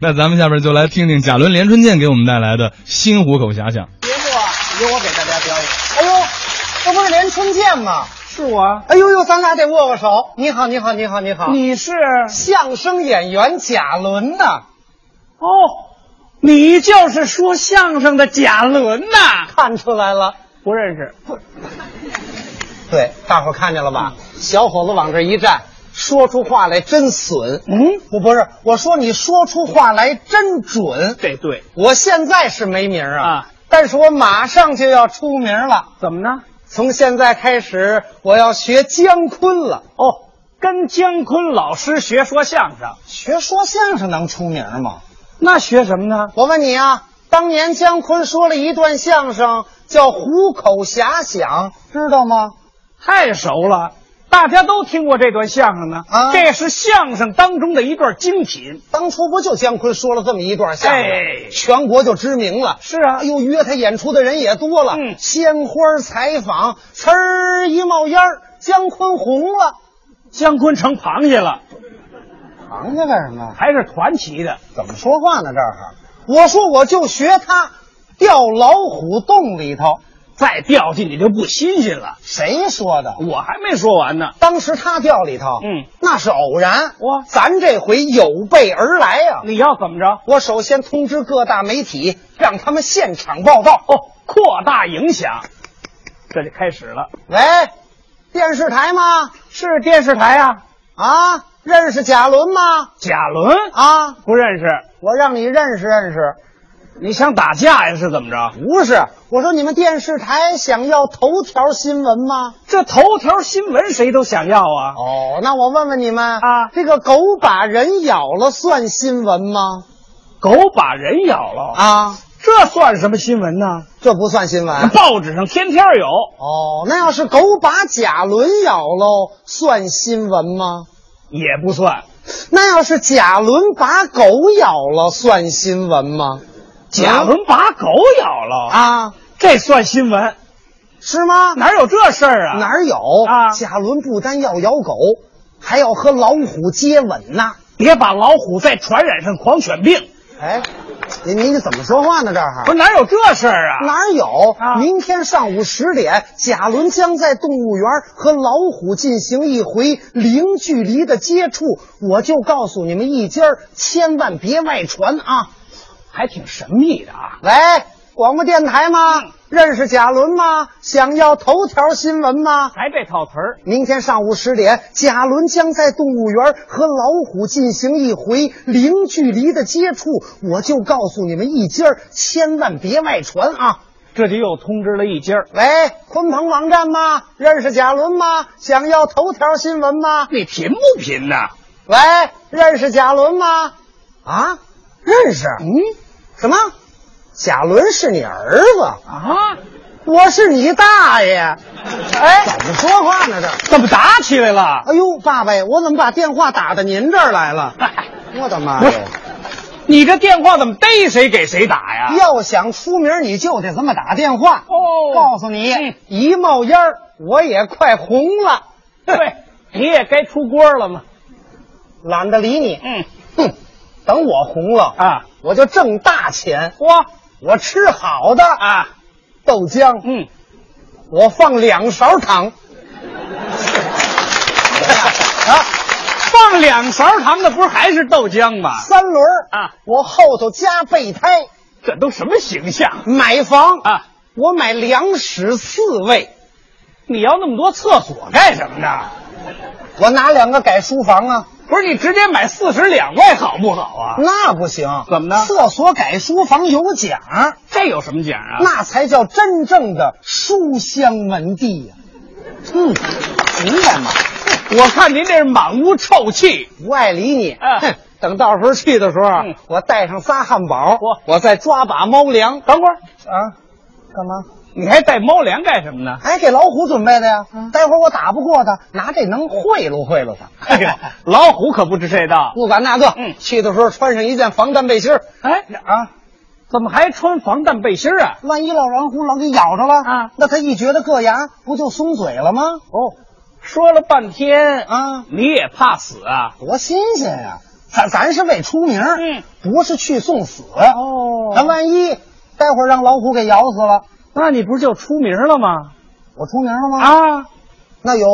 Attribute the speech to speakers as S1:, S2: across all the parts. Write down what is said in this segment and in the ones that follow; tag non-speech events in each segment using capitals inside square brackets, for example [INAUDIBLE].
S1: 那咱们下面就来听听贾伦、连春建给我们带来的新虎口遐想。
S2: 别目啊，由我给大家表演。
S3: 哎呦，这不是连春建吗？
S2: 是我啊，
S3: 哎呦呦，咱俩得握握手。你好，你好，你好，你好。
S2: 你是
S3: 相声演员贾伦呐，
S2: 哦，你就是说相声的贾伦呐、
S3: 看出来了。
S2: 不认识，
S3: 对，大伙儿看见了吧？
S2: 嗯
S3: 小伙子往这一站，说出话来真损。
S2: 嗯，
S3: 不不是，我说你说出话来真准。
S2: 这对，
S3: 我现在是没名儿啊，
S2: 啊
S3: 但是我马上就要出名了。
S2: 怎么呢？
S3: 从现在开始，我要学姜昆了。
S2: 哦，跟姜昆老师学说相声，
S3: 学说相声能出名吗？
S2: 那学什么呢？
S3: 我问你啊，当年姜昆说了一段相声，叫《虎口遐想》，知道吗？
S2: 太熟了，大家都听过这段相声呢。
S3: 啊
S2: 这是相声当中的一段精品。
S3: 当初不就姜昆说了这么一段相声，
S2: 哎
S3: 全国就知名了。
S2: 是啊
S3: 哎呦，约他演出的人也多了，
S2: 嗯
S3: 鲜花采访，呲儿一冒烟儿，姜昆红了。
S2: 姜昆成螃蟹了，
S3: 行家干什么？
S2: 还是团旗的。
S3: 怎么说话呢？这儿，我说我就学他，掉老虎洞里头。
S2: 再掉进去就不新鲜了。
S3: 谁说的？
S2: 我还没说完呢。
S3: 当时他掉里头，
S2: 嗯，
S3: 那是偶然。
S2: 哇嗯
S3: 咱这回有备而来呀、
S2: 你要怎么着？
S3: 我首先通知各大媒体，让他们现场报道。
S2: 哦，扩大影响，这就开始了。
S3: 喂，电视台吗？
S2: 是电视台啊，
S3: 啊，认识贾伦吗？
S2: 贾伦
S3: 啊，
S2: 不认识，
S3: 我让你认识认识。
S2: 你想打架呀？是怎么着？
S3: 不是，我说你们电视台想要头条新闻吗？
S2: 这头条新闻谁都想要啊。
S3: 哦，那我问问你们
S2: 啊
S3: 这个狗把人咬了算新闻吗？
S2: 狗把人咬了，
S3: 啊，
S2: 这算什么新闻呢？
S3: 这不算新闻。
S2: 报纸上天天有，
S3: 哦，那要是狗把贾伦咬喽，算新闻吗？
S2: 也不算。
S3: 那要是贾伦把狗咬了，算新闻吗？
S2: 贾伦把狗咬了，
S3: 啊，
S2: 这算新闻？
S3: 是吗？
S2: 哪有这事儿啊？
S3: 哪儿有
S2: 啊
S3: 贾伦不单要咬狗，还要和老虎接吻呢。
S2: 别把老虎再传染上狂犬病，
S3: 哎，您您这怎么说话呢？这
S2: 不
S3: 儿
S2: 是哪有这事儿啊？
S3: 哪儿有？
S2: 啊
S3: 明天上午十点，贾伦将在动物园和老虎进行一回零距离的接触。我就告诉你们一家儿，千万别外传啊！
S2: 还挺神秘的啊。
S3: 喂，广播电台吗？
S2: 嗯
S3: 认识贾伦吗？想要头条新闻吗？
S2: 还这套词儿，
S3: 明天上午十点，贾伦将在动物园和老虎进行一回零距离的接触。我就告诉你们一家儿，千万别外传啊！
S2: 这就又通知了一家儿。
S3: 喂，鲲鹏网站吗？认识贾伦吗？想要头条新闻吗？
S2: 你贫不贫呐？
S3: 喂，认识贾伦吗？啊，认识？
S2: 嗯
S3: 什么？贾伦是你儿子，
S2: 啊，
S3: 我是你大爷。哎，怎么说话呢？这，
S2: 怎么打起来了？
S3: 哎呦，爸爸呀，我怎么把电话打到您这儿来了？
S2: 嗨
S3: 我的妈
S2: 不
S3: 呀
S2: 是！你这电话怎么逮谁给谁打呀？
S3: 要想出名，你就得这么打电话。
S2: 哦
S3: 告诉你，
S2: 嗯
S3: 一冒烟儿，我也快红了，
S2: 对，你也该出锅了嘛。
S3: 懒得理你。
S2: 嗯
S3: 哼，等我红了
S2: 啊，
S3: 我就挣大钱，
S2: 嚯
S3: 我吃好的，
S2: 啊，
S3: 豆浆，
S2: 嗯，
S3: 我放两勺糖。啊，
S2: 放两勺糖的不是还是豆浆吗？
S3: 三轮儿
S2: 啊，
S3: 我后头加备胎，
S2: 这都什么形象
S3: 买房，
S2: 啊？
S3: 我买两室四卫。
S2: 你要那么多厕所干什么呢？
S3: 我拿两个改书房啊，
S2: 不是你直接买四室两卫好不好啊？
S3: 那不行，
S2: 怎么呢
S3: 厕所改书房有奖，
S2: 这有什么讲啊？
S3: 那才叫真正的书香门第呀、嗯，明白吗？
S2: 我看您这是满屋臭气，
S3: 不爱理你。
S2: 嗯
S3: 哼，等到时候去的时候啊
S2: 嗯，
S3: 我带上仨汉堡
S2: 嚯，
S3: 我再抓把猫粮
S2: 等会儿
S3: 啊。干嘛？
S2: 你还带猫粮干什么呢？
S3: 还给老虎准备的呀？
S2: 嗯
S3: 待会儿我打不过他，拿这能贿赂贿赂他。
S2: 哎呦，老虎可不知这道。
S3: 不管那个，
S2: 嗯
S3: 去的时候穿上一件防弹背心儿
S2: 哎，
S3: 啊，
S2: 怎么还穿防弹背心儿啊？
S3: 万一老软虎老给咬着了
S2: 啊
S3: 那他一觉得硌牙，不就松嘴了吗？
S2: 哦，说了半天，
S3: 啊，
S2: 你也怕死啊？
S3: 多新鲜呀、咱咱是为出名，
S2: 嗯，
S3: 不是去送死。
S2: 哦
S3: 那万一待会儿让老虎给咬死了，
S2: 那你不是就出名了吗？
S3: 我出名了吗？，
S2: 啊，
S3: 那有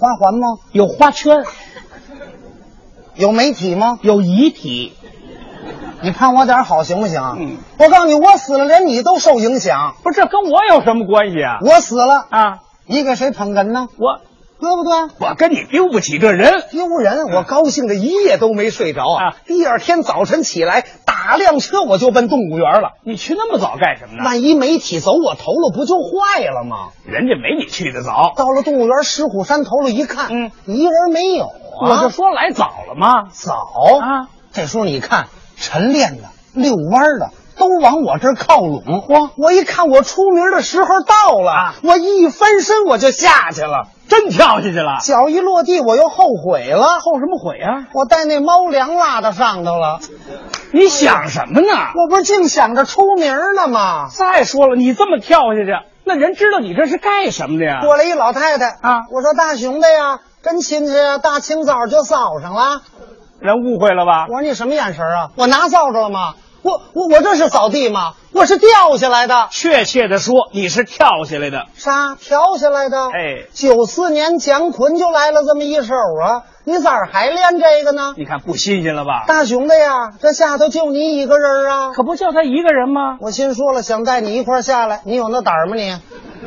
S3: 花环吗？
S2: 有花圈，
S3: 有媒体吗？
S2: 有遗体，
S3: 你判我点儿好行不行？
S2: 嗯，
S3: 我告诉你，我死了连你都受影响。
S2: 不是这跟我有什么关系啊？
S3: 我死了，
S2: 啊，
S3: 你给谁捧哏呢？
S2: 我
S3: 对不对？
S2: 我跟你丢不起这人，
S3: 丢人！我高兴的一夜都没睡着
S2: 嗯啊
S3: 第二天早晨起来，打辆车我就奔动物园了。
S2: 你去那么早干什么呢？
S3: 万一媒体走我头了，不就坏了吗？
S2: 人家没你去的早，
S3: 到了动物园石虎山头了，一看，
S2: 嗯，
S3: 一人没有啊。
S2: 我就说来早了吗？
S3: 早
S2: 啊！
S3: 这时候你看，晨练的、遛弯儿的都往我这儿靠拢。嚯！我一看我出名的时候到了，
S2: 啊
S3: 我一翻身我就下去了，
S2: 真跳下去了，
S3: 脚一落地我又后悔了。
S2: 后什么悔啊？
S3: 我带那猫粮落到上头了，
S2: 你想什么呢？
S3: 我不是净想着出名呢吗？
S2: 再说了，你这么跳下去，那人知道你这是干什么的呀？
S3: 过来一老太太
S2: 啊
S3: 我说大熊的呀，跟亲戚啊大清早就扫上了。
S2: 人误会了吧
S3: 我？说你什么眼神啊？我拿扫帚了吗？我我我这是扫地吗？我是掉下来的，
S2: 确切的说，你是跳下来的。
S3: 啥跳下来的？
S2: 哎，
S3: 九四年蒋坤就来了这么一手啊，你咋还练这个呢？
S2: 你看不新鲜了吧？
S3: 大熊的呀，这下头就你一个人啊！
S2: 可不就他一个人吗？
S3: 我心说了，想带你一块儿下来，你有那胆儿吗你？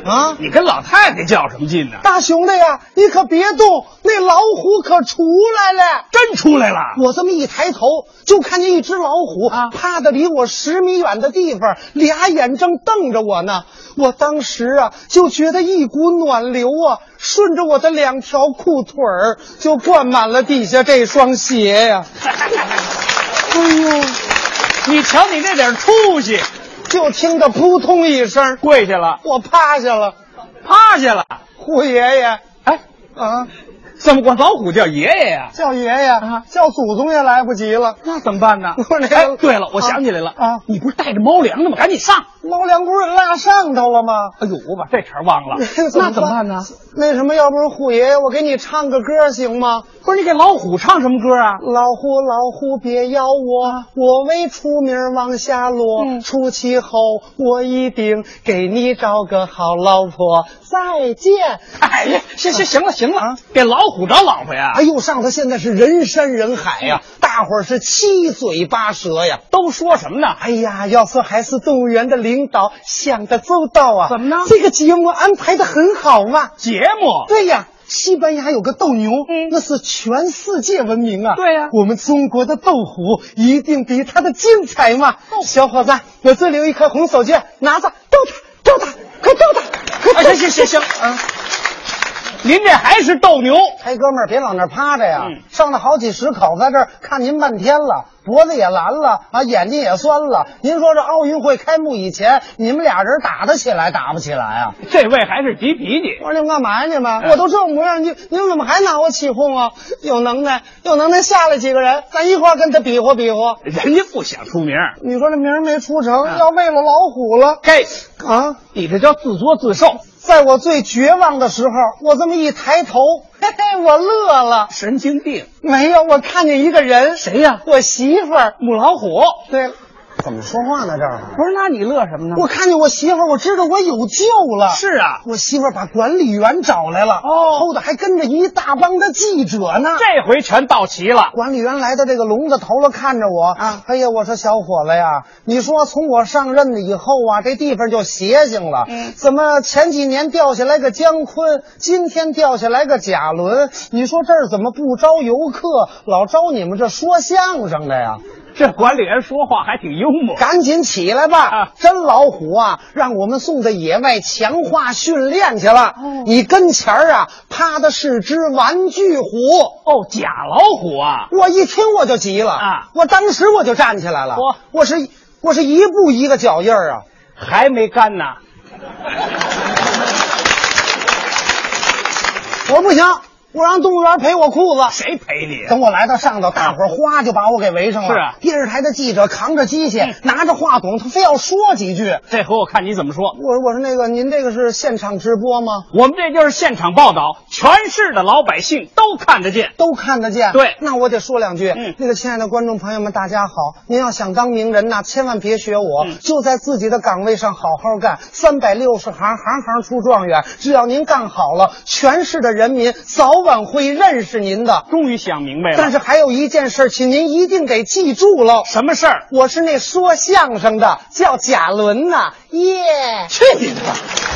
S3: 啊，
S2: 你跟老太太较什么劲呢？
S3: 大熊的呀，你可别动，那老虎可出来了。
S2: 真出来了！ [LAUGHS]
S3: 我这么一抬头，就看见一只老虎
S2: 啊
S3: 趴的离我十米远的地方，俩眼正瞪着我呢。我当时啊，就觉得一股暖流啊，顺着我的两条裤腿儿就灌满了底下这双鞋呀、哎呦，
S2: 你瞧你这点出息，
S3: 就听得扑通一声，
S2: 跪下了，
S3: 我趴下了。
S2: 趴下了。
S3: 虎爷爷
S2: 哎，
S3: 啊，
S2: 怎么管老虎叫爷爷呀、
S3: 叫爷爷
S2: 啊
S3: 叫祖宗也来不及了。
S2: 那怎么办呢？
S3: 不是那个
S2: 哎，对 [LAUGHS] 了，我
S3: 啊
S2: 想起来了
S3: 啊
S2: 你不是带着猫粮呢吗？赶紧上！
S3: 猫粮不是落上头了吗？，
S2: 哎呦，我把这茬儿忘了 [LAUGHS] 那怎么办呢？？
S3: 那什么，要不是虎爷，我给你唱个歌行吗？
S2: [LAUGHS] 不是你给老虎唱什么歌啊？
S3: 老虎，老虎，别咬我！我为出名往下落。
S2: 嗯
S3: 出去后，我一定给你找个好老婆。再见！
S2: [LAUGHS] 哎呀，行行行了行了，给老虎找老婆呀！
S3: 哎呦，上头现在是人山人海呀、大伙儿是七嘴八舌呀。
S2: 都说什么呢？
S3: 哎呀，要是还是动物园的领导想的周到啊！
S2: 怎么呢
S3: 这个节目安排的很好嘛。
S2: 节目
S3: 对呀，西班牙有个斗牛，那是全世界闻名啊。
S2: 嗯对呀
S3: 我们中国的斗虎一定比它的精彩嘛。小伙子，我这里有一颗红手绢，拿着斗它，斗它，快斗它！快
S2: 啊，
S3: 斗
S2: 行行行行，
S3: 它啊！
S2: 您这还是斗牛，
S3: 哎，哥们儿，别老那儿趴着呀！
S2: 嗯
S3: 上了好几十口，在这儿看您半天了，脖子也蓝了啊，眼睛也酸了。您说这奥运会开幕以前，你们俩人打得起来，打不起来啊？
S2: 这位还是急脾气。
S3: 我说你们干嘛呀？你们，我都这模样，你你们怎么还拿我起哄啊？有能耐，有能耐，下来几个人，咱一块儿跟他比划比划。
S2: 人家不想出名，
S3: 你说这名儿没出成，要为了老虎了
S2: 该
S3: 啊！
S2: 你这叫自作自受，
S3: 在我最绝望的时候，我这么一抬头， [LAUGHS] 嘿嘿，我乐了。
S2: 神经病。
S3: 没有，我看见一个人，
S2: 谁呀
S3: 我媳妇儿。
S2: 母老虎，
S3: 对，怎么说话呢？这儿
S2: 不是？那你乐什么呢
S3: 我看见我媳妇儿，我知道我有救了。
S2: 是啊，
S3: 我媳妇儿把管理员找来了，
S2: 哦
S3: 后头还跟着一大帮的记者呢。
S2: 这回全到齐了。
S3: 管理员来到这个笼子头了，看着我
S2: 啊
S3: 哎呀，我说小伙子呀，你说从我上任了以后啊，这地方就邪性了。
S2: 嗯
S3: 怎么前几年掉下来个姜昆，今天掉下来个贾伦？你说这儿怎么不招游客，老招你们这说相声的呀？
S2: 这管理员说话还挺幽默。
S3: 赶紧起来吧！
S2: 啊
S3: 真老虎啊，让我们送到野外强化训练去了。
S2: 哦
S3: 你跟前儿啊，趴的是只玩具虎。
S2: 哦，假老虎啊，
S3: 我一听我就急了
S2: 啊
S3: 我当时我就站起来了，
S2: 嚯
S3: 我是我是一步一个脚印儿啊！
S2: 还没干呢。
S3: 我说不行，我让动物园赔我裤子。
S2: 谁陪你啊？
S3: 等我来到上头，大伙儿哗就把我给围上了。
S2: 是啊嗯
S3: 电视台的记者扛着机器，拿着话筒，他非要说几句。
S2: 这回我看你怎么说。
S3: 我我说那个，您这个是现场直播吗？
S2: 我们这就是现场报道，全市的老百姓都看得见。
S3: 都看得见。
S2: 对
S3: 那我得说两句。
S2: 嗯
S3: 那个亲爱的观众朋友们，大家好！您要想当名人呐，千万别学我，
S2: 嗯
S3: 就在自己的岗位上好好干，三百六十行，行行出状元。只要您干好了，全市的人民早晚会认识您的。
S2: 终于想明白了，
S3: 但是还有一件事，请您一定得记住喽。
S2: 什么事儿？
S3: 我是那说相声的，叫贾伦呐、耶！
S2: 去你的吧！